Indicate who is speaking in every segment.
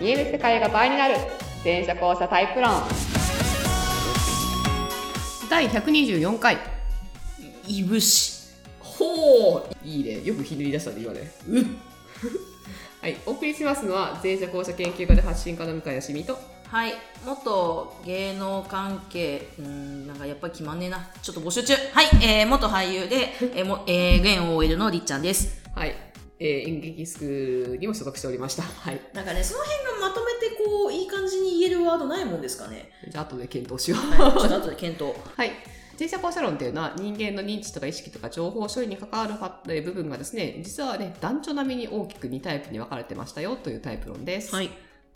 Speaker 1: 見える世界が倍になる全車交差タイプ論第124回
Speaker 2: いぶしほういいねよくひねり出したね今ねうっ
Speaker 1: はい、お送りしますのは全社交社研究家で発信家の向井しみと
Speaker 2: はい元芸能関係うーんなんかやっぱり決まんねえなちょっと募集中はい、えー、元俳優で、えーもえー、現 OL のりっちゃんです
Speaker 1: はい、えー演劇スクールにも所属しておりましたはい
Speaker 3: なんかね、その辺がまとめてこう、いい感じに言えるワードないもんですか ね。
Speaker 1: じゃあ後で検討しよう
Speaker 3: はい、ちょっと後で検討。
Speaker 1: はい。前者交差論っていうのは人間の認知とか意識とか情報処理に関わるファえー部分がですね、実はね、男女並みに大きく2タイプに分かれてましたよというタイプ論です。
Speaker 2: はい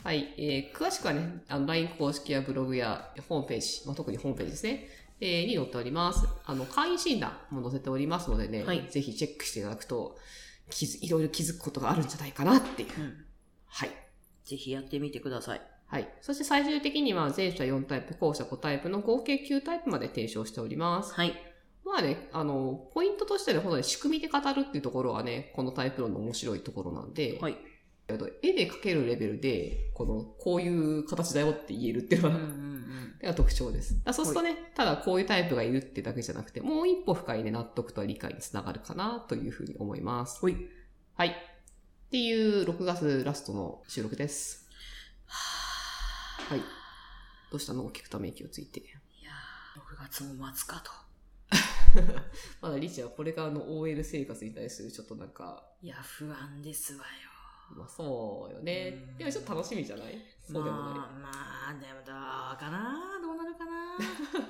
Speaker 1: はい。えー詳しくはね、あの LINE 公式やブログやホームページ、まあ、特にホームページですね、えーに載っております。あの、会員診断も載せておりますのでね、
Speaker 2: はい
Speaker 1: ぜひチェックしていただくと、気づいろいろ気づくことがあるんじゃないかなっていう。
Speaker 2: うん
Speaker 1: はい。
Speaker 2: ぜひやってみてください
Speaker 1: はい。そして最終的には前者4タイプ、後者5タイプの合計9タイプまで提唱しております。
Speaker 2: はい
Speaker 1: まあね、あの、ポイントとしてね、ほんとに仕組みで語るっていうところはね、このタイプ論の面白いところなんで、
Speaker 2: はい
Speaker 1: えっと絵で描けるレベルで、この、こういう形だよって言えるっていうの
Speaker 2: うん
Speaker 1: は、
Speaker 2: うんうん
Speaker 1: が特徴です。だからそうするとね、ただこういうタイプがいるってだけじゃなくて、もう一歩深いね、納得と理解につながるかなというふうに思います。
Speaker 2: はい。
Speaker 1: はい。っていう6月ラストの収録です。はい。どうしたの大きくため息をついて。
Speaker 2: いやー6月も待つかと
Speaker 1: まだリチはこれからの OL 生活に対するちょっとなんか、
Speaker 2: いや不安ですわよ
Speaker 1: まあそうよね
Speaker 2: うん。
Speaker 1: でもちょっと楽しみじゃないそうでもない。
Speaker 2: まあ、まあ、でもどうかなどうなる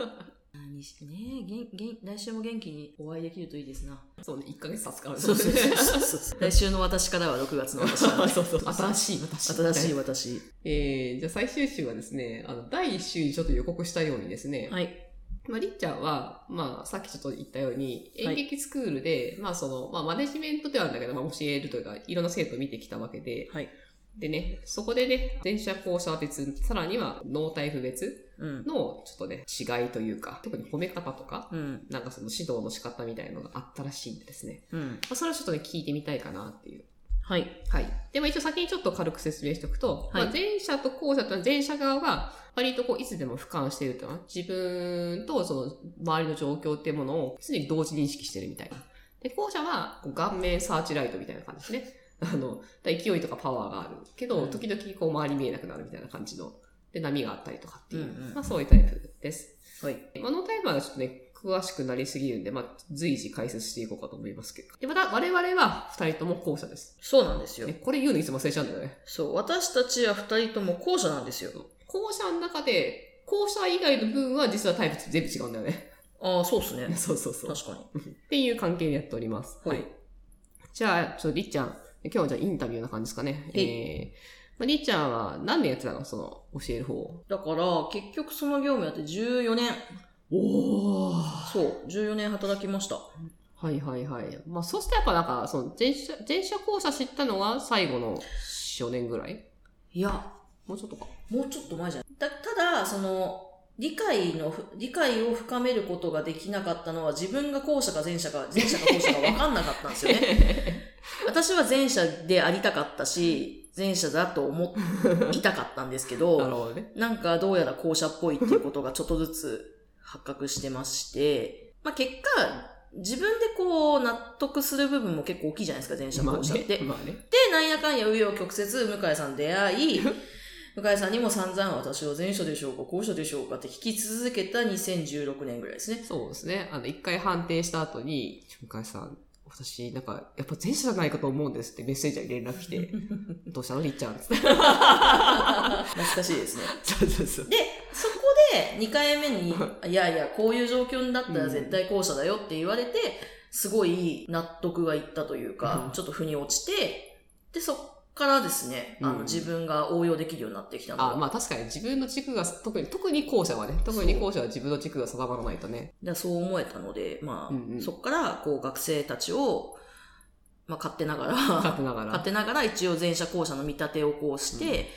Speaker 2: かな 何しねえげんげん来週も元気にお会いできるといいですな
Speaker 1: そうね、1ヶ月経つからね
Speaker 2: そうそ うそうそう。来週の私からは6月の私から。
Speaker 1: そうそう新しい私。
Speaker 2: 新しい私。
Speaker 1: えー、じゃあ最終週はですね、あの、第1週にちょっと予告したようにですね、
Speaker 2: はい。
Speaker 1: まあ、りっちゃんは、まあ、さっきちょっと言ったように、
Speaker 2: は
Speaker 1: 演
Speaker 2: い
Speaker 1: 劇スクールで、まあ、その、まあ、マネジメントではあるんだけど、まあ、教えるというか、いろんな生徒を見てきたわけで、
Speaker 2: はい。
Speaker 1: でね、そこでね、前者後者別、さらには脳体不別
Speaker 2: うん。
Speaker 1: の、ちょっとね、違いというか、特に褒め方とか、
Speaker 2: うん。
Speaker 1: なんかその指導の仕方みたいなのがあったらしいんでですね。
Speaker 2: うん。
Speaker 1: まあ、それをちょっとね、聞いてみたいかなっていう。
Speaker 2: はい。
Speaker 1: はい。でも一応先にちょっと軽く説明しておくと、
Speaker 2: はい
Speaker 1: まあ前者と後者というのは前者側が割とこういつでも俯瞰しているというのは自分とその周りの状況っていうものを常に同時認識してるみたいな。で、後者はこう顔面サーチライトみたいな感じですね。 あの、だ勢いとかパワーがあるけど、
Speaker 2: うん
Speaker 1: 時々こう周り見えなくなるみたいな感じの、で、波があったりとかっていう、
Speaker 2: うんうん
Speaker 1: まあそういうタイプです。
Speaker 2: はい。
Speaker 1: あのタイマーはちょっとね、詳しくなりすぎるんで、まあ、随時解説していこうかと思いますけど。で、また、我々は二人とも後者です。
Speaker 2: そうなんですよ
Speaker 1: ね。これ言うのいつも忘れちゃうんだよね。
Speaker 2: そう。私たちは二人とも後者なんですよ。
Speaker 1: 校舎の中で、校舎以外の部分は実はタイプ全部違うんだよね。
Speaker 2: ああ、そうっすね。
Speaker 1: そうそうそう。っ
Speaker 2: 確かに。
Speaker 1: ていう関係でやっております。
Speaker 2: はい。
Speaker 1: じゃあ、ちょっとりっちゃん、今日はじゃあインタビューな感じですかね。
Speaker 2: はい
Speaker 1: えー、まあ、りっちゃんは何年やってたのその、教える方を。
Speaker 2: だから、結局その業務やって14年。
Speaker 1: おー。
Speaker 2: そう。14年働きました。
Speaker 1: はいはいはい。まあ、そうしたらやっぱなんか、その、前者、前者校舎知ったのは最後の4年ぐらい
Speaker 2: いや、
Speaker 1: もうちょっとか。
Speaker 2: もうちょっと前じゃん。だただ、その、理解のふ、理解を深めることができなかったのは自分が後者か前者か、前者か後者か分かんなかったんです よね。私は前者でありたかったし、前者だと思いたかったんですけ
Speaker 1: ほ
Speaker 2: ど、
Speaker 1: どね。
Speaker 2: なんかどうやら後者っぽいっていうことがちょっとずつ発覚してまして、まあ結果、自分でこう納得する部分も結構大きいじゃないですか、前者
Speaker 1: まあ
Speaker 2: 後者っ
Speaker 1: ね
Speaker 2: て。。
Speaker 1: まあね。
Speaker 2: で、なんやかんや、紆余曲折、向井さん出会い、 向井さんにも散々私は前者でしょうか、後者でしょうかって聞き続けた2016年ぐらいですね。
Speaker 1: そうですね。あの、一回判定した後に、向井さん、私、なんか、やっぱ前者じゃないかと思うんですってメッセージに連絡来 て、どうしたのりっちゃんっつって。
Speaker 2: 懐かしいですね。
Speaker 1: そうそうそう。
Speaker 2: そこで2回目に、いやいや、こういう状況になったら絶対後者だよって言われて、すごい納得がいったという
Speaker 1: う
Speaker 2: か
Speaker 1: ん、
Speaker 2: ちょっと腑に落ちて、で、そっからですね、あ
Speaker 1: うん
Speaker 2: の自分が応用できるようになってきたの
Speaker 1: あ、
Speaker 2: が、
Speaker 1: まあ確かに自分の軸が、特に、特に後者はね、特に後者は自分の軸が定まらないとね。
Speaker 2: でそう思えたので、まあ、
Speaker 1: うんうん
Speaker 2: そっからこう学生たちを、まあ、勝手ながら、
Speaker 1: 勝手なが
Speaker 2: 勝
Speaker 1: ら。
Speaker 2: 手ながら一応前者後者の見立てをこうして、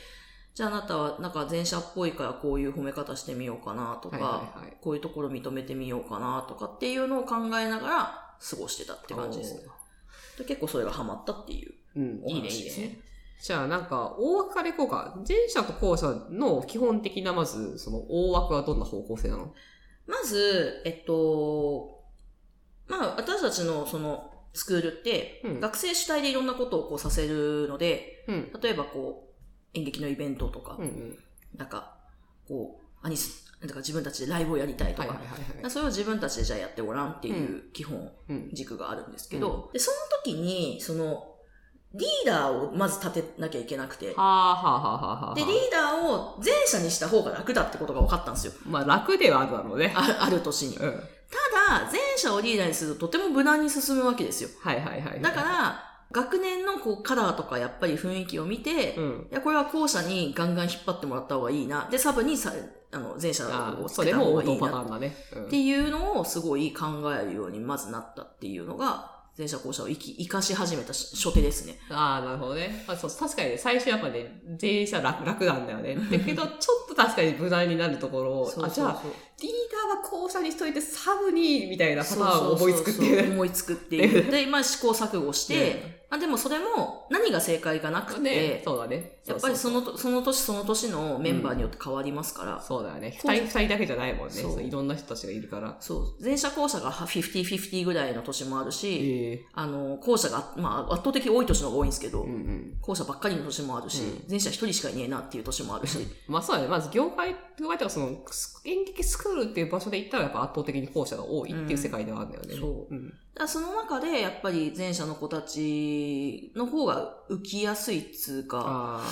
Speaker 2: じゃああなたはなんか前者っぽいからこういう褒め方してみようかなとか、
Speaker 1: はいはいはい
Speaker 2: こういうところ認めてみようかなとかっていうのを考えながら過ごしてたって感じですね。で結構それがハマったっていう。
Speaker 1: うん、いいね、
Speaker 2: お話
Speaker 1: い
Speaker 2: で
Speaker 1: い
Speaker 2: すね
Speaker 1: ね。じゃあなんか、大枠からいこうか。前者と後者の基本的な、まず、その大枠はどんな方向性なの
Speaker 2: まず、えっと、まあ、私たちのそのスクールって、
Speaker 1: うん
Speaker 2: 学生主体でいろんなことをこうさせるので、
Speaker 1: うん。
Speaker 2: 例えばこう、演劇のイベントとか、
Speaker 1: うんうん。
Speaker 2: なんか、こう、アニス、なんか自分たちでライブをやりたいと
Speaker 1: はい
Speaker 2: か、
Speaker 1: はいはい
Speaker 2: ま
Speaker 1: は
Speaker 2: あ
Speaker 1: い。
Speaker 2: それを自分たちでじゃあやってごらんっていう基本
Speaker 1: うん。
Speaker 2: 軸があるんですけど、で、その時に、その、リーダーをまず立てなきゃいけなくて、で、リー
Speaker 1: はあはあはあはあはあ。
Speaker 2: ダーを前者にした方が楽だってことが分かったんですよ。
Speaker 1: まあ楽では あるだろうね。
Speaker 2: あるある年に。
Speaker 1: うん。はい
Speaker 2: ただ、前者をリーダーにするととても無難に進むわけですよ。
Speaker 1: はいはい。
Speaker 2: だから、学年のこうカラーとかやっぱり雰囲気を見て、
Speaker 1: う
Speaker 2: い
Speaker 1: ん。
Speaker 2: や、これは後者にガンガン引っ張ってもらった方がいいな。で、サブにさ、あの、前者
Speaker 1: あ
Speaker 2: を
Speaker 1: そ
Speaker 2: つ
Speaker 1: れ
Speaker 2: けた方
Speaker 1: も
Speaker 2: が
Speaker 1: 応
Speaker 2: い
Speaker 1: 答
Speaker 2: い
Speaker 1: パタ
Speaker 2: な。
Speaker 1: ーン
Speaker 2: っ
Speaker 1: だね。
Speaker 2: ていうのをすごい考えるようにまずなったっていうのが、前者後者を生き、生かし始めたし初手ですね。
Speaker 1: ああ、なるほどね。まあ、そう確かにね、最初やっぱね、全員したら楽楽なんだよね。だけど、ちょっと確かに無難になるところを、
Speaker 2: そうそうそう
Speaker 1: あ、じゃあ、リーダーは後者にしといて、サブに、みたいなパタ
Speaker 2: そう
Speaker 1: ーンを思いつくっていう
Speaker 2: そうそう
Speaker 1: ね。
Speaker 2: 思いつくって いう。で、まあ試行錯誤して、あでもそれも何が正解がなくて、
Speaker 1: ね、そうだね。
Speaker 2: やっぱりそ
Speaker 1: の、
Speaker 2: のとその年その年のメンバーによって変わりますから、
Speaker 1: そうだよね。
Speaker 2: こう
Speaker 1: 二人、二人だけじゃないもんね。
Speaker 2: そう
Speaker 1: そういろんな人たちがいるから。
Speaker 2: そう前者後者がは50-50ぐらいの年もあるし、
Speaker 1: ええ
Speaker 2: あの後者が、まあ、圧倒的多い年の方が多いんですけど、
Speaker 1: うんうん。
Speaker 2: 後者ばっかりの年もあるし、
Speaker 1: うん
Speaker 2: 前者一人しかいねえなっていう年もあるし、
Speaker 1: まあそうだね。まず業界、業界とかその、演劇スクールっていう場所で行ったらやっぱ圧倒的に後者が多いっていう世界ではあるんだよね。
Speaker 2: うんそ
Speaker 1: うん。
Speaker 2: だからその中でやっぱり前者の子たちの方が浮きやすいっつうか、
Speaker 1: あ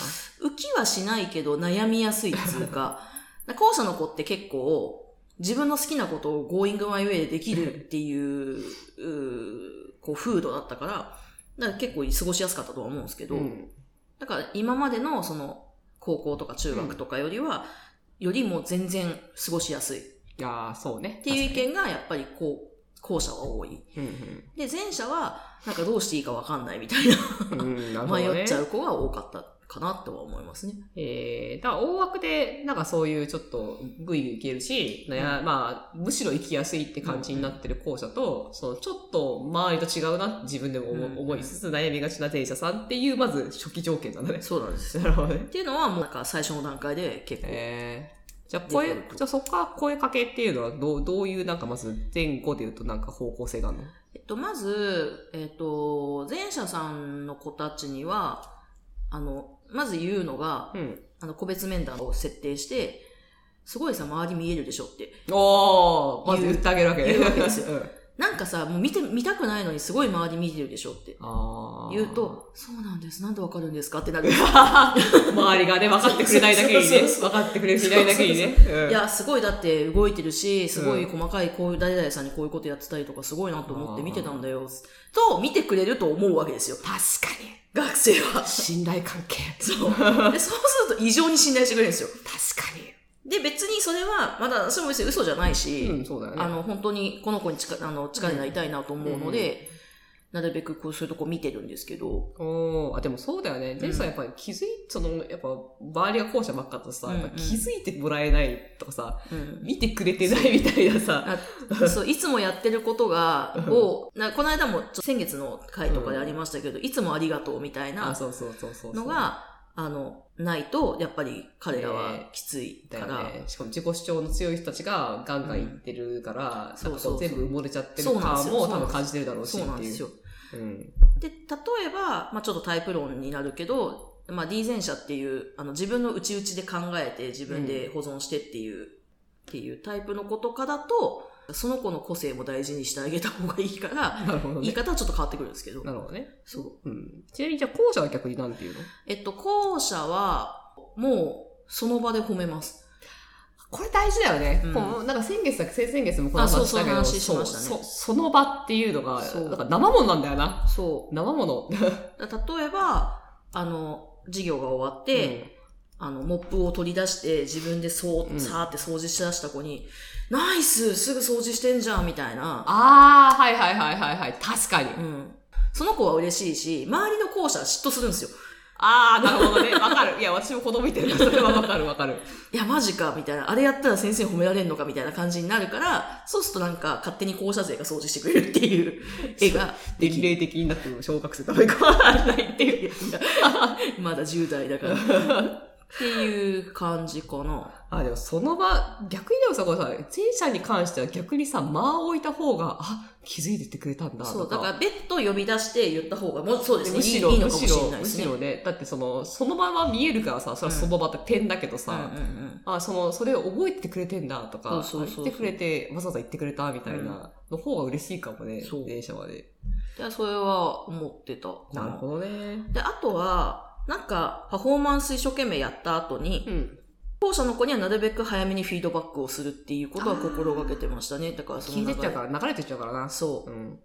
Speaker 2: 浮きはしないけど悩みやすいっつう か、だから後者の子って結構、自分の好きなことを going my way でできるっていう、うーこう、風土だったから、だから結構過ごしやすかったとは思うんですけ
Speaker 1: あ。
Speaker 2: ど、だから今までのその、高校とか中学とかよりは、よりも全然過ごしやすいっ
Speaker 1: いやーそうね。
Speaker 2: ていう意見がやっぱりこう、後者は多い。
Speaker 1: うん
Speaker 2: で、前者は、なんかどうしていいかわかんないみたいな、
Speaker 1: うん。うん、なるほどね。
Speaker 2: 迷っちゃう子が多かったかなとは思いますね。
Speaker 1: えー、だから大枠で、なんかそういうちょっとグイグイいけるし、なやまあ、むしろ行きやすいって感じになってる校舎と、そのちょっと周りと違うなって自分でも思
Speaker 2: うん
Speaker 1: 思いつつ悩みがちな前者さんっていう、まず初期条件なんだね。
Speaker 2: そうなんで す。
Speaker 1: なるほどね
Speaker 2: っ。ていうのはもうなんか最初の段階で結構、
Speaker 1: えー、じゃあ
Speaker 2: 出
Speaker 1: 声、
Speaker 2: てくる
Speaker 1: じゃあそこから声かけっていうのはどう、どういうなんかまず前後で言うとなんか方向性があるの
Speaker 2: えっと、まず、えっと、前者さんの子たちにはあのまず言うのが
Speaker 1: うん。
Speaker 2: あの個別面談を設定してすごいさ周り見えるでしょって
Speaker 1: おー、まず言ってあげるわけね
Speaker 2: 言うわけですよ
Speaker 1: うん、
Speaker 2: なんかさもう見て見たくないのにすごい周り見てるでしょって
Speaker 1: あー
Speaker 2: 言うと「そうなんですなんでわかるんですか?」ってなるい
Speaker 1: 周りがね、分かってくれないだけに
Speaker 2: そう
Speaker 1: ね
Speaker 2: そう。そ
Speaker 1: 分
Speaker 2: う
Speaker 1: かってくれるないだけにね。うん
Speaker 2: やすごいだって動いてるしすごい
Speaker 1: うん
Speaker 2: 細かいこういう誰々さんにこういうことやってたりとかすごいなと思って見てたんだよと見てくれると思うわけですよ
Speaker 1: 確かに。
Speaker 2: 学生 は
Speaker 1: 信頼関係。
Speaker 2: そう。で、そうすると異常に信頼してくれるんですよ。
Speaker 1: 確か
Speaker 2: で、別にそれは、まだ私も別に嘘じゃないし、
Speaker 1: うん、そうだよね。
Speaker 2: あの、本当にこの子に近あの力になりたいなと思うので、なるべくこうそういうとこ見てるんですけど、
Speaker 1: おーあ、でもそうだよね。前さんやっぱり気づい、その、やっぱ、周りが後者ばっかだとさ、
Speaker 2: うんうん
Speaker 1: やっぱ気づいてもらえないとかさ、
Speaker 2: うん
Speaker 1: 見てくれてないみたいなさ。
Speaker 2: あ そういつもやってることが、を、なこの間もちょ先月の回とかでありましたけど、いつもありがとうみたい
Speaker 1: あ、
Speaker 2: な
Speaker 1: そうそうそうそうそう。
Speaker 2: のが、あの、ないと、やっぱり彼らはきつい
Speaker 1: だ
Speaker 2: か
Speaker 1: よ
Speaker 2: ら、
Speaker 1: ね。しかも自己主張の強い人たちがガンガン言ってるから、
Speaker 2: うん
Speaker 1: なんか
Speaker 2: そう
Speaker 1: こ
Speaker 2: そううそう
Speaker 1: 全部埋もれちゃってる
Speaker 2: そうなんで
Speaker 1: 感
Speaker 2: すよ
Speaker 1: も
Speaker 2: そう
Speaker 1: 多
Speaker 2: なんです
Speaker 1: 分感じてるだろうし
Speaker 2: そうな
Speaker 1: っ
Speaker 2: ん
Speaker 1: て
Speaker 2: で
Speaker 1: い
Speaker 2: す
Speaker 1: う。
Speaker 2: よ。
Speaker 1: うん。
Speaker 2: で、例えば、まあ、ちょっとタイプ論になるけど、まあ、D 前者っていう、あの、自分の内々で考えて、自分で保存してっていう、っていうタイプの子とかだと、その子の個性も大事にしてあげた方がいいから、
Speaker 1: なるほど
Speaker 2: 言
Speaker 1: ね
Speaker 2: い。方はちょっと変わってくるんですけど。
Speaker 1: なるほどね。
Speaker 2: そう。
Speaker 1: うん。ちなみにじゃあ後者は逆になんていうの
Speaker 2: えっと、後者は、もう、その場で褒めます。
Speaker 1: これ大事だよね。
Speaker 2: うん
Speaker 1: こうなんか先月だっけ先々月もこの
Speaker 2: あそ
Speaker 1: 話
Speaker 2: う
Speaker 1: したけど、
Speaker 2: そう話しましたね
Speaker 1: そうそうその場っていうのが、
Speaker 2: そう
Speaker 1: なんか生ものなんだよな。
Speaker 2: そ
Speaker 1: 生もの。
Speaker 2: う。だ例えば、あの、授業が終わって、あの、モップを取り出して、自分でそうう、
Speaker 1: ん
Speaker 2: さーって掃除しだした子に、ナイスすぐ掃除してんじゃんみたいな。
Speaker 1: ああ、はいはいはいはいはい。確かに。
Speaker 2: うん。その子は嬉しいし、周りの校舎は嫉妬するんですよ。
Speaker 1: ああ、なるほどね。わかる。いや、私も子供いてるから、それはわかるわかる。
Speaker 2: いや、マジか、みたいな。あれやったら先生褒められんのか、みたいな感じになるから、そうするとなんか、勝手に校舎勢が掃除してくれるっていう絵がで
Speaker 1: 年
Speaker 2: きる。
Speaker 1: 齢的になっても小学生食べ変わらないっていう。
Speaker 2: まだ10代だから。っていう感じかな。
Speaker 1: あ、でもその場、逆にでもさ、これさ、前者に関しては逆にさ、間を置いた方が、あ、気づいててくれたんだとか。
Speaker 2: そう、だから、ベッド呼び出して言った方が、もうそうですね。
Speaker 1: む
Speaker 2: い
Speaker 1: し
Speaker 2: い
Speaker 1: ろ、
Speaker 2: いいの
Speaker 1: む
Speaker 2: かも
Speaker 1: し
Speaker 2: しれ
Speaker 1: ろ
Speaker 2: ない、で
Speaker 1: む
Speaker 2: す
Speaker 1: し
Speaker 2: ね。
Speaker 1: ろね。だってその、そのまま見えるからさ、それはその場って点だけどさ、
Speaker 2: うんうんうん
Speaker 1: あ、その、それを覚えててくれてんだとか、
Speaker 2: そうそうそうそう
Speaker 1: あ言ってくれて、わざわざ言ってくれたみたいな、の方が嬉しいかもね
Speaker 2: そう、
Speaker 1: 電車はね。
Speaker 2: いや、それは思ってたかな。
Speaker 1: なるほどね。
Speaker 2: で、あとは、なんか、パフォーマンス一生懸命やった後に、
Speaker 1: うん。
Speaker 2: 後者の子にはなるべく早めにフィードバックをするっていうことは心がけてましたね。だからその
Speaker 1: 聞いて
Speaker 2: 中
Speaker 1: っちゃ
Speaker 2: で
Speaker 1: うから、流れてっちゃうからな。
Speaker 2: そうう。
Speaker 1: ん。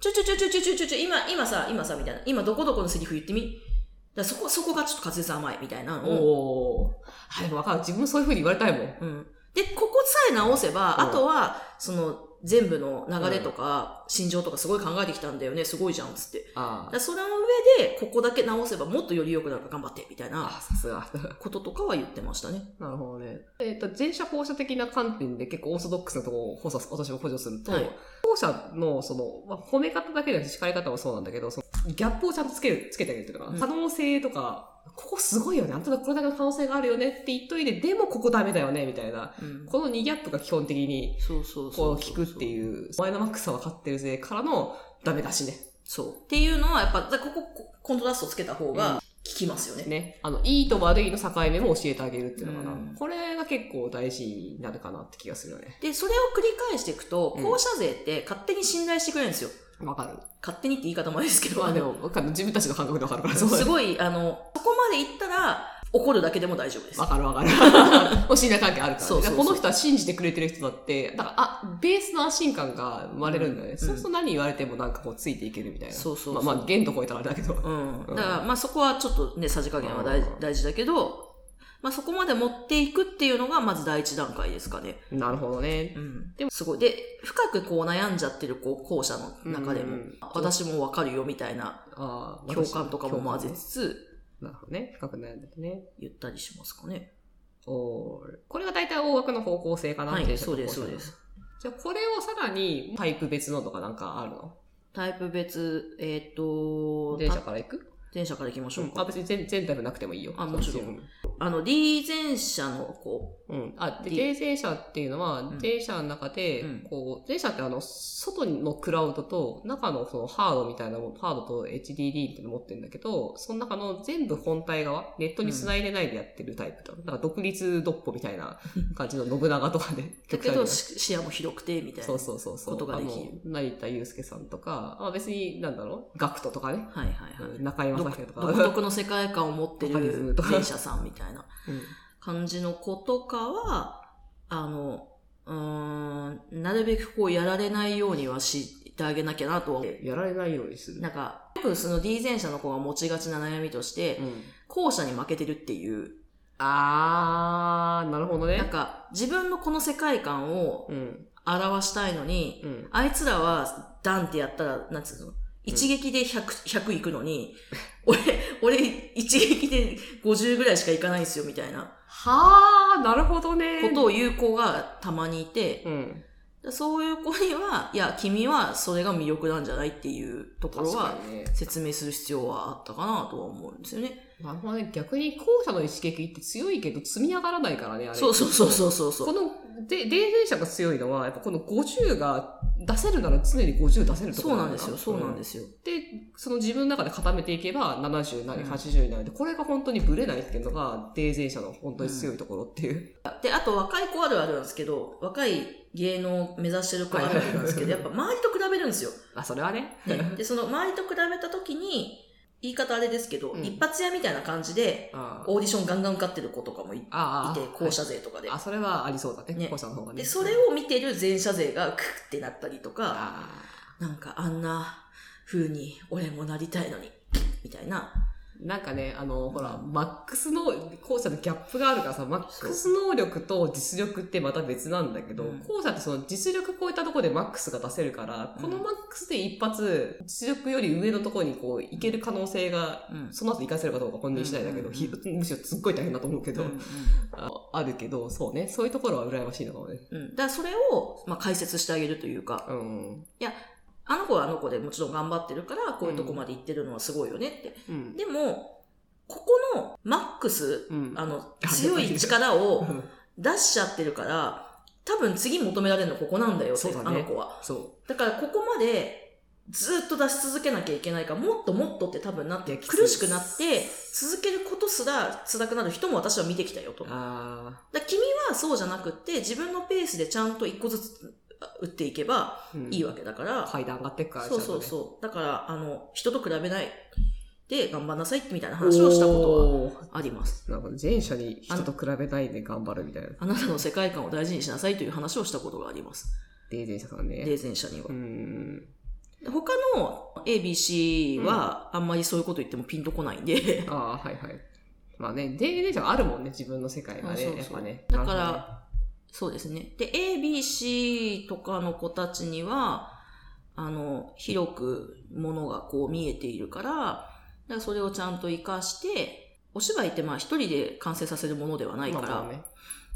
Speaker 2: ちょちょちょちょちょちょちょちょ、今、今さ、今さ、みたいな。今どこどこのセリフ言ってみ。だからそこ、そこがちょっと滑舌甘いみたいなのを。
Speaker 1: おー。あ、でもわかる。自分そういう風に言われたいもん。
Speaker 2: うん。で、ここさえ直せば、
Speaker 1: うん
Speaker 2: あとは、その、全部の流れとか、心情とかすごい考えてきたんだよね。すごいじゃん、つって。
Speaker 1: あ
Speaker 2: だからそれの上で、ここだけ直せばもっとより良くなるから頑張って、みたい
Speaker 1: あ。
Speaker 2: な
Speaker 1: あ、さすが。
Speaker 2: こととかは言ってましたね。
Speaker 1: なるほどね。えっ、と、前者後者的な観点で結構オーソドックスなところを補佐、私を補助すると、
Speaker 2: はい
Speaker 1: 後者の、その、まあ、褒め方だけじゃなくて叱り方もそうなんだけど、そのギャップをちゃんとつける、つけてあげるというか、
Speaker 2: うん
Speaker 1: 可能性とか、ここすごいよね。あんたこれだけの可能性があるよねって言っといて、でもここダメだよね、みたいな。
Speaker 2: うん
Speaker 1: この2ギャップが基本的に、
Speaker 2: そうそう
Speaker 1: こ
Speaker 2: そうう。
Speaker 1: 聞くっていう、お前のマックスは分かってるぜからのダメ出しね。
Speaker 2: そう。っていうのは、やっぱ、だからここ、こコントラストつけた方
Speaker 1: うん
Speaker 2: が効きますよね。
Speaker 1: ね。あの、いいと悪いの境目も教えてあげるっていうのかな。
Speaker 2: うん
Speaker 1: これが結構大事になるかなって気がするよね。
Speaker 2: で、それを繰り返していくと、
Speaker 1: うん
Speaker 2: 校舎税って勝手に信頼してくれるんですよ。
Speaker 1: わかる。
Speaker 2: 勝手にって言い方もあれですけど、
Speaker 1: まあでも、わかる自分たちの感覚でわかるから、すごい
Speaker 2: す。ごい、あの、そこまで行ったら、怒るだけでも大丈夫で す
Speaker 1: わ。かるわ かる。もう信頼関係あるから、ね。
Speaker 2: そうそうそう
Speaker 1: この人は信じてくれてる人だって、だから、あ、ベースの安心感が生まれるんだよね。
Speaker 2: うん
Speaker 1: そうすると何言われてもなんかこうついていけるみたいな。
Speaker 2: そうそうそう
Speaker 1: まあまあ、限度超えたらあれだけど。
Speaker 2: うん。
Speaker 1: うん
Speaker 2: だから、まあそこはちょっとね、さじ加減は大
Speaker 1: うん
Speaker 2: 大事だけど、まあそこまで持っていくっていうのが、まず第一段階ですかね。
Speaker 1: なるほどね。
Speaker 2: うん。でも、すごい。で、深くこう悩んじゃってる、こう、校舎の中で
Speaker 1: う
Speaker 2: も、
Speaker 1: ん
Speaker 2: 私もわかるよみたいな
Speaker 1: ああ、
Speaker 2: 共感とかも混
Speaker 1: 共
Speaker 2: ぜ
Speaker 1: 感ね
Speaker 2: つつ、
Speaker 1: なるほどね。深く悩んでてね。
Speaker 2: 言ったりしますかね。
Speaker 1: おーこれが大体大枠の方向性かなっ
Speaker 2: は
Speaker 1: て
Speaker 2: い、そうです、そうで。
Speaker 1: ちょっとこ
Speaker 2: す。
Speaker 1: じゃあ、これをさらにタイプ別のとかなんかあるの
Speaker 2: タイプ別、えっ、と、
Speaker 1: 電車
Speaker 2: た
Speaker 1: から行く
Speaker 2: 前者から行きましょう
Speaker 1: あ、
Speaker 2: か。
Speaker 1: 別に全全タイプなくてもいいよ。
Speaker 2: あもちろん
Speaker 1: うん。
Speaker 2: あの、D 前者の子。
Speaker 1: うん。あ、で、
Speaker 2: で
Speaker 1: 停戦者っていうのは
Speaker 2: ん、
Speaker 1: 停車の中で
Speaker 2: うん、
Speaker 1: こう、停車ってあの、外のクラウドと、中のそのハードみたいなもの、ハードと HDD っての持ってるんだけど、その中の全部本体側、ネットに繋いでないでやってるタイプだ。だから独立ドッポみたいな感じの信長と かね。
Speaker 2: だけ
Speaker 1: 極
Speaker 2: ど、
Speaker 1: 端に
Speaker 2: し視野も広くて、みたいな。
Speaker 1: そうそうそうそう。
Speaker 2: ことができる
Speaker 1: あの成田悠介さんとか、まあ別に、なんだろう、ガクトとかね。
Speaker 2: はいはいはい。
Speaker 1: 中居正
Speaker 2: 独
Speaker 1: 広とか。
Speaker 2: 独特の世界観を持って
Speaker 1: わかりづ
Speaker 2: る
Speaker 1: らい
Speaker 2: 前者さんみたいな
Speaker 1: うん
Speaker 2: 感じの子とかは、あの、うーん、なるべくこうやられないようにはしてあげなきゃなとは思う。
Speaker 1: やられないようにする。
Speaker 2: なんか、よくその D 前者の子が持ちがちな悩みとして
Speaker 1: う、ん
Speaker 2: 後者に負けてるっていう、
Speaker 1: あー、なるほどね。
Speaker 2: なんか自分のこの世界観を
Speaker 1: うん。
Speaker 2: 表したいのに、
Speaker 1: うん。
Speaker 2: あいつらはダンってやったら、なんつうの一撃で100、100いくのに、俺、俺、一撃で50ぐらいしかいかないんですよ、みたいな。
Speaker 1: はー、なるほどね。
Speaker 2: ことを言う子がたまにいて
Speaker 1: う、ん。
Speaker 2: そういう子には、いや、君はそれが魅力なんじゃないっていうところ
Speaker 1: 確か
Speaker 2: は、
Speaker 1: にね。
Speaker 2: 説明する必要はあったかなとは思うんですよね。
Speaker 1: なるほどね。逆に後者の一撃って強いけど積み上がらないからね、あれ。
Speaker 2: そうそうそうそうそうそ
Speaker 1: こ
Speaker 2: う。
Speaker 1: の、で、霊電車が強いのは、やっぱこの50が、出せるなら常に50出せるとこ
Speaker 2: そう
Speaker 1: ろ。
Speaker 2: なんですよ、そうなんですすよ。
Speaker 1: で、その自分の中で固めていけば、70なり
Speaker 2: うん
Speaker 1: 80になるで、これが本当にブレないっていうのが、霊電車の本当に強いところって いう。
Speaker 2: で、あと若い子あるあるなんですけど、若い芸能を目指してる子あるあるなんで すけど、やっぱ周りと比べるんですよ。
Speaker 1: あ、それはね。
Speaker 2: ねで、その周りと比べた時に、言い方あれですけど、
Speaker 1: うん
Speaker 2: 一発屋みたいな感じで、
Speaker 1: あー
Speaker 2: オーディションガンガン受かってる子とかもいいて、
Speaker 1: あー。
Speaker 2: 校舎勢とかで。
Speaker 1: あ、それはありそうだね。
Speaker 2: ね
Speaker 1: 校舎の方がね。
Speaker 2: で、それ
Speaker 1: を、
Speaker 2: を見てる前者勢がクッってなったりとか、
Speaker 1: あ
Speaker 2: なんかあんな風に俺もなりたいのに、みたいな。
Speaker 1: ーなんかね、あの、ほら、マックスの、後者のギャップがあるからさ、マックス能力と実力ってまた別なんだけど
Speaker 2: うん、
Speaker 1: 後者ってその実力超えたところでマックスが出せるから、
Speaker 2: うん
Speaker 1: このマックスで一発、実力より上のところにこう、いける可能性が、
Speaker 2: うん
Speaker 1: その後活かせるかどうか本人次第だけど、
Speaker 2: うん
Speaker 1: ひむしろすっごい大変だと思うけど、
Speaker 2: うん
Speaker 1: ああるけど、そうね、そういうところは羨ましいのかもね。
Speaker 2: うんだからそれを、まあ、解説してあげるというか、
Speaker 1: うん。
Speaker 2: あの子はあの子でもちろん頑張ってるから、こういうとこまで行ってるのはすごいよねって。
Speaker 1: うん。
Speaker 2: でも、ここのマックス、
Speaker 1: うん
Speaker 2: あの、強い力を出しちゃってるから、多分次求められるのここなんだよって、
Speaker 1: そうだね
Speaker 2: あの子は。
Speaker 1: そ
Speaker 2: だからここまでずっと出し続けなきゃいけないから、もっともっとって多分なっ
Speaker 1: う。い
Speaker 2: て、
Speaker 1: やきつい
Speaker 2: 苦しくなって、続けることすら辛くなる人も私は見てきたよと。
Speaker 1: う。あ
Speaker 2: だから君はそうじゃなくって、自分のペースでちゃんと一個ずつあ打っていけば
Speaker 1: あ、うん
Speaker 2: いいわけだから、
Speaker 1: 階段上がってくから、
Speaker 2: そうそう
Speaker 1: う。
Speaker 2: そう。だから、あの、人と比べないで頑張んなさいみたいな話
Speaker 1: 話
Speaker 2: を
Speaker 1: を
Speaker 2: し
Speaker 1: したた
Speaker 2: こ
Speaker 1: こと
Speaker 2: とはあります。
Speaker 1: とは。なんか前者に人と比べないで頑張るみたいな。
Speaker 2: あなたの世界観を大事にしなさいという話をしたことがあります。
Speaker 1: で、前者さんね。
Speaker 2: 霊前者には
Speaker 1: う。ん。
Speaker 2: 他の ABC はあんまりそういうこと言ってもピンとこないん で。
Speaker 1: ああ、はいはい。まあね、で、前者あるもんね、自分の世界がね、
Speaker 2: あそうそう
Speaker 1: やっぱね。
Speaker 2: だか
Speaker 1: なるほどね、
Speaker 2: ら、そうですね。で、ABC とかの子たちには、あの、広くものがこう見えているから、だからそれをちゃんと活かして、お芝居ってまあ一人で完成させるものではないから、
Speaker 1: まあまあね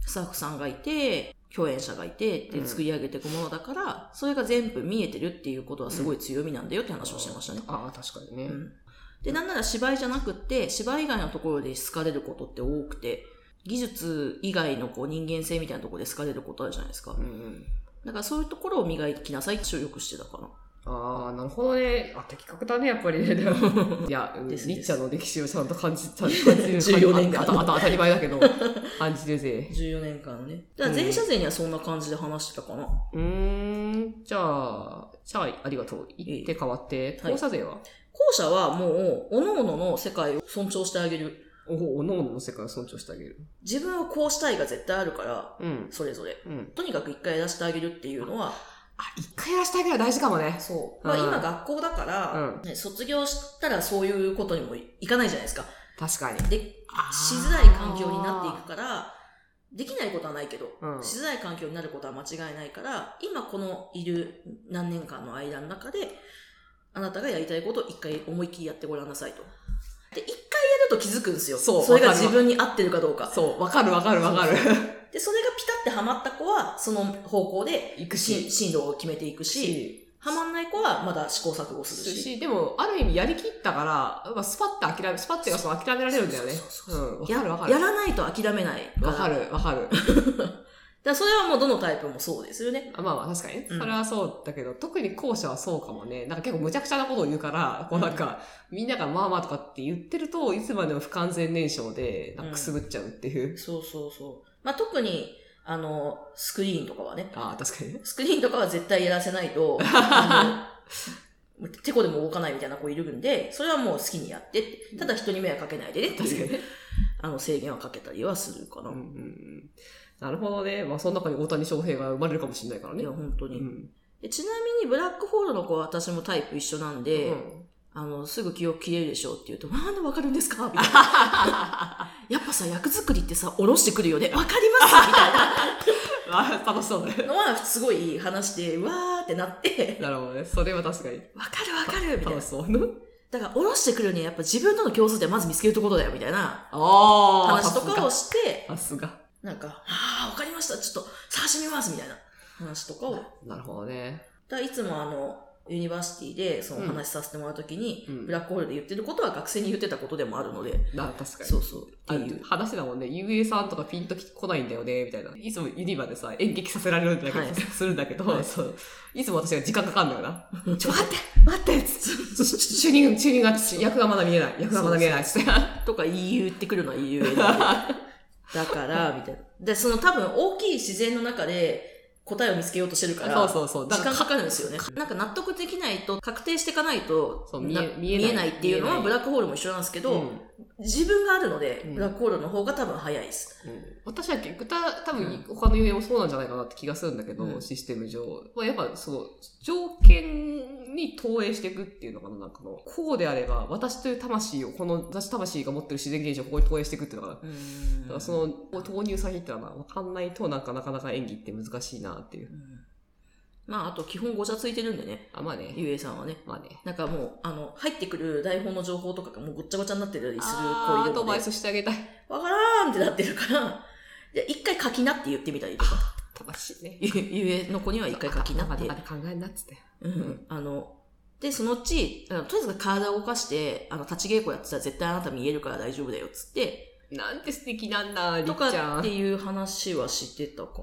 Speaker 2: スタッフさんがいて、共演者がいてって作り上げていくものだから、それが全部見えてるっていうことはすごい強みなんだよって話をしてましたね。
Speaker 1: ああ、確かにね。
Speaker 2: うんで、なんなら芝居じゃなくって、芝居以外のところで好かれることって多くて、技術以外のこう人間性みたいなところで好かれることあるじゃないですか。
Speaker 1: うん。
Speaker 2: だからそういうところを磨いてきなさいってよくしてたかな。
Speaker 1: ああ、なるほどね。あ、的確だね、やっぱりね。でも いや、うん
Speaker 2: ですで
Speaker 1: り
Speaker 2: す
Speaker 1: っちゃんの歴史をちゃんと感じた、感じる。
Speaker 2: 14年間
Speaker 1: あと、あと当たり前だけど、感じる ぜ。
Speaker 2: 14年間のね。だから前者勢にはそんな感じで話してたかな。
Speaker 1: うーん、じゃあ、じゃあ、ありがとう。言って変わって、
Speaker 2: はい
Speaker 1: 当社勢は、
Speaker 2: 後者はもう、各々の世界を尊重してあげる。
Speaker 1: おおのおのの世界を尊重してあげる。
Speaker 2: 自分をこうしたいが絶対あるから、
Speaker 1: うん。
Speaker 2: それぞれ。
Speaker 1: うん。
Speaker 2: とにかく一回出してあげるっていうのは、
Speaker 1: あ、一回やらせてあげるのは大事かもね。
Speaker 2: そう。まあ
Speaker 1: うん
Speaker 2: 今学校だから、ね卒業したらそういうことにもいかないじゃないですか。
Speaker 1: 確かに。
Speaker 2: で、しづらい環境になっていくから、できないことはないけど、
Speaker 1: うん
Speaker 2: しづらい環境になることは間違いないから、今このいる何年間の間の中で、あなたがやりたいことを一回思いっきりやってごらんなさいと。で、一回やると気づくんですよ。
Speaker 1: そう
Speaker 2: それが
Speaker 1: わかる
Speaker 2: 自分に合ってるかどうか。
Speaker 1: そう、わかるわかるわかる。
Speaker 2: で、それがピタってハマった子は、その方向で、
Speaker 1: 行く
Speaker 2: し
Speaker 1: し、
Speaker 2: 進路を決めていくし、ハマんない子はまだ試行錯誤す
Speaker 1: す
Speaker 2: る
Speaker 1: る
Speaker 2: し。
Speaker 1: し、でも、ある意味やりきったから、まあ、スパッと諦め、スパッというかその諦められるんだよね。
Speaker 2: そうそう
Speaker 1: う
Speaker 2: そ
Speaker 1: ん、わ
Speaker 2: や
Speaker 1: かるわかる。
Speaker 2: やらないと諦めないから。
Speaker 1: わかるわかる。
Speaker 2: だからそれはもうどのタイプもそうですよね。
Speaker 1: あまあまあ確かにね
Speaker 2: うん
Speaker 1: それはそうだけど、特に後者はそうかもね。なんか結構無茶苦茶なことを言うから、こうなんか、みんながまあまあとかって言ってると、いつまでも不完全燃焼で、なんかくすぶっちゃうっていう。
Speaker 2: そうそうそう。まあ、特に、あの、スクリーンとかはね。
Speaker 1: ああ、確かにね。
Speaker 2: スクリーンとかは絶対やらせない と、あのてこでも動かないみたいな子いるんで、それはもう好きにやってって、ただ人に迷惑かけないでねって
Speaker 1: 確かに
Speaker 2: いう、
Speaker 1: ね。
Speaker 2: あの制限はかけたりはするか
Speaker 1: う
Speaker 2: な。
Speaker 1: んうんうんなるほどね。まあその中に大谷翔平が生まれるかもしれないから
Speaker 2: い
Speaker 1: ね。
Speaker 2: や、本当
Speaker 1: う
Speaker 2: に、
Speaker 1: ん。
Speaker 2: でちなみにブラックホールの子は私もタイプ一緒なんで、
Speaker 1: うん
Speaker 2: あの、すぐ記憶切れるでしょうって言うと、なんでわかるんですかみたいな。 やっぱさ、役作りってさ、おろしてくるよね。わかりますみたい
Speaker 1: あ楽しそうだね。
Speaker 2: なのは、すごい話で、わーってなって、
Speaker 1: なるほどね。それは確かに。
Speaker 2: わかるわかるみたい
Speaker 1: 楽
Speaker 2: な
Speaker 1: し。そうな。
Speaker 2: だから、おろしてくるにはやっぱ自分との共通点まず見つけるところだよ、みたいな
Speaker 1: ああ。
Speaker 2: 話とかを
Speaker 1: さ
Speaker 2: して、
Speaker 1: すが。さすが。
Speaker 2: なんか、あー、わかりました。ちょっと探してみます、みたいな話とかを。だか
Speaker 1: なるほどね。
Speaker 2: らいつもあの、ユニバーシティでその話させてもらうときに、
Speaker 1: うん
Speaker 2: ブラックホールで言ってることは学生に言ってたことでもあるので、
Speaker 1: な確かに。
Speaker 2: そうそう。
Speaker 1: あ
Speaker 2: っていう。
Speaker 1: 話だもんね、ゆうえいさんとかピンと来ないんだよね、みたいな。いつもユニバでさ、演劇させられるんだけど、
Speaker 2: はい
Speaker 1: するんだけど、
Speaker 2: はい
Speaker 1: そう。いつも私が時間かかるんだよな。
Speaker 2: ちょ、待って
Speaker 1: 待って つってチューニング、チューニングが、役がまだ見えない。役がまだ見えない。つって。
Speaker 2: とか言ってくるのは言うだから、みたいな。で、その多分大きい自然の中で答えを見つけようとしてるから、
Speaker 1: そうそうそう。だ
Speaker 2: 時
Speaker 1: から
Speaker 2: 間かかるんですよね。なんか納得できないと、確定していかないと
Speaker 1: そう
Speaker 2: な
Speaker 1: 見え
Speaker 2: 見
Speaker 1: 見
Speaker 2: え
Speaker 1: え
Speaker 2: な
Speaker 1: ない
Speaker 2: いっていう
Speaker 1: 見
Speaker 2: の
Speaker 1: えな
Speaker 2: は、
Speaker 1: い
Speaker 2: ブラックホールも一緒なんですけど、
Speaker 1: うん
Speaker 2: 自分があるので、
Speaker 1: うん
Speaker 2: ブラックホールの方が多分早いです。
Speaker 1: うん私は結局た多分他の遊泳もそうなんじゃないかなって気がするんだけど、
Speaker 2: うん
Speaker 1: システム上。まあ、やっぱその条件に投影していくっていうのかな、なんかの、こうであれば、私という魂を、この、私魂が持ってる自然現象をここに投影していくっていうのかな。
Speaker 2: うん
Speaker 1: だからその、こう投入先ってのはな、わかんないと、なんかなかなか演技って難しいなっていう
Speaker 2: う。んまあ、あと基本ごちゃついてるんでね、
Speaker 1: あ、まあね。
Speaker 2: ゆえさんはね。
Speaker 1: まあね。
Speaker 2: なんかもう、あの、入ってくる台本の情報とかがもうごっちゃごちゃになってたりする
Speaker 1: あーア
Speaker 2: 子い
Speaker 1: ド
Speaker 2: るの
Speaker 1: バ
Speaker 2: で
Speaker 1: イ、スしてあげたい。
Speaker 2: わからんってなってるから、いや、一回書きなって言ってみたりとか、
Speaker 1: 魂ね。
Speaker 2: ゆゆえの子には一回書きなっ
Speaker 1: 頭
Speaker 2: て
Speaker 1: の。中で考えんなっつって。
Speaker 2: うんあの、で、そのうち、あのとりあえず体を動かして、あの、立ち稽古やってたら絶対あなた見えるから大丈夫だよ、つって、
Speaker 1: なんて素敵なんだ、り
Speaker 2: と
Speaker 1: っち
Speaker 2: か
Speaker 1: ゃ
Speaker 2: って
Speaker 1: ん。
Speaker 2: いう話はしてたか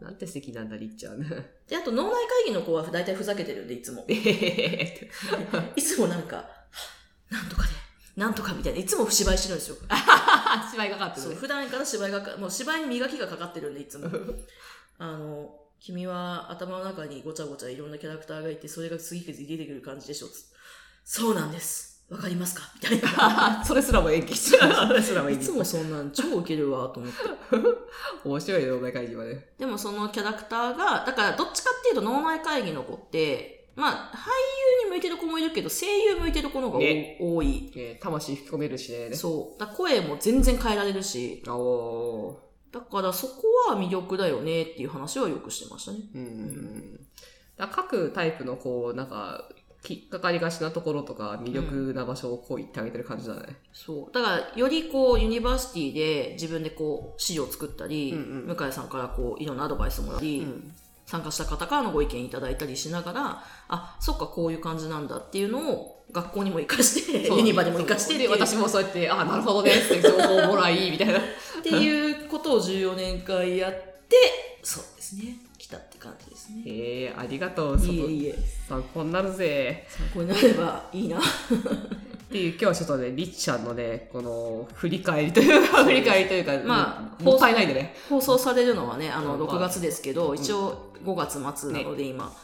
Speaker 2: な。
Speaker 1: なんて素敵なんだ、りっちゃ ん。
Speaker 2: で、あと、脳内会議の子は大体ふざけてるんで、いつも。
Speaker 1: えへへへ
Speaker 2: いつもなんか、はぁなんとかで、なんとかみたいな、いつも芝居してるんですよ。
Speaker 1: あ、 芝居がかってる
Speaker 2: そう
Speaker 1: ね。
Speaker 2: 普段から芝居がか、もう芝居に磨きがかかってるんで、いつも。あの、君は頭の中にごちゃごちゃいろんなキャラクターがいて、それが次々出てくる感じでしょ。つそうなんです。わかりますかみたいな。
Speaker 1: それすらも演技してる。それすらも
Speaker 2: い
Speaker 1: 演
Speaker 2: つ
Speaker 1: 技。
Speaker 2: もそんなん超ウケるわ、と思って。
Speaker 1: 面白いね、お前会議はね。
Speaker 2: でもそのキャラクターが、だからどっちかっていうと脳内会議の子って、まあ、俳優に向いてる子もいるけど、声優向いてる子の方がお、
Speaker 1: ね
Speaker 2: 多い。
Speaker 1: えー魂吹き込めるしね。
Speaker 2: そう。だから声も全然変えられるし、
Speaker 1: あお
Speaker 2: だからそこは魅力だよねっていう話はよくしてましたね。
Speaker 1: ーうん。だから各タイプのこう、なんか、きっかかりがちなところとか、魅力な場所をこう言ってあげてる感じだね。
Speaker 2: そう。だから、よりこう、ユニバーシティで自分でこう、資料を作ったり、
Speaker 1: うんうん
Speaker 2: 向井さんからこう、いろんなアドバイスもらったり、
Speaker 1: ん
Speaker 2: 参加した方からのご意見いただいたりしながら、あ、そっか、こういう感じなんだっていうのを、学校にも活かし て、
Speaker 1: そう
Speaker 2: ユニバにも活かしてって
Speaker 1: で、
Speaker 2: いう
Speaker 1: 私もそうやって、あ、なるほどね、って情報もらい、みたいな。
Speaker 2: っていうことを14年間やって、そうですね、来たって感じですね。
Speaker 1: ええありがとう。
Speaker 2: いえいえ、
Speaker 1: 参考になるぜ。
Speaker 2: 参考になればい いな。
Speaker 1: っていう、今日はちょっとね、りっちゃんのね、この、振り返りというか、振り返りというか、
Speaker 2: まあ
Speaker 1: もったいないんでね。
Speaker 2: 放送されるのはね、あの、
Speaker 1: うん
Speaker 2: 6月ですけど、一応5月末なので今、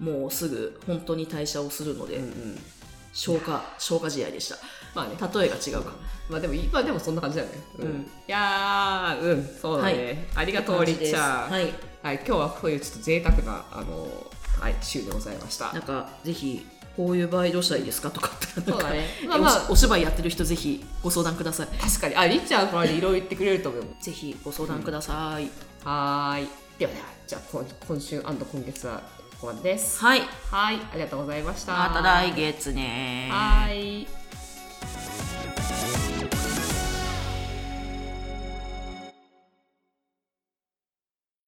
Speaker 2: もうすぐ本当に退社をするので、
Speaker 1: うんうん。
Speaker 2: 消化、消化試合でした。
Speaker 1: まあね。
Speaker 2: 例えが違うか。
Speaker 1: まあでも、今でもそんな感じだよね。う
Speaker 2: うん
Speaker 1: いやー、うん、そうだね。ありがとう、りっちゃん。
Speaker 2: はい。
Speaker 1: はい、今日はこういうちょっと贅沢な、あのはい、週でございました
Speaker 2: なん。か、ぜひ、こういう場合どうしたらいいですかとかって、なんか、
Speaker 1: ねま
Speaker 2: ま
Speaker 1: あ
Speaker 2: あ
Speaker 1: ま
Speaker 2: お芝居やってる人ぜひご相談ください。
Speaker 1: あ、確かに。あ、りっちゃんこれいろいろ言ってくれると思う。
Speaker 2: ぜひご相談ください。
Speaker 1: はーい。ではでは、じゃあ今今週今月はここまでです。
Speaker 2: はい。
Speaker 1: はい、ありがとうございました。
Speaker 2: また来月ね
Speaker 1: はーい。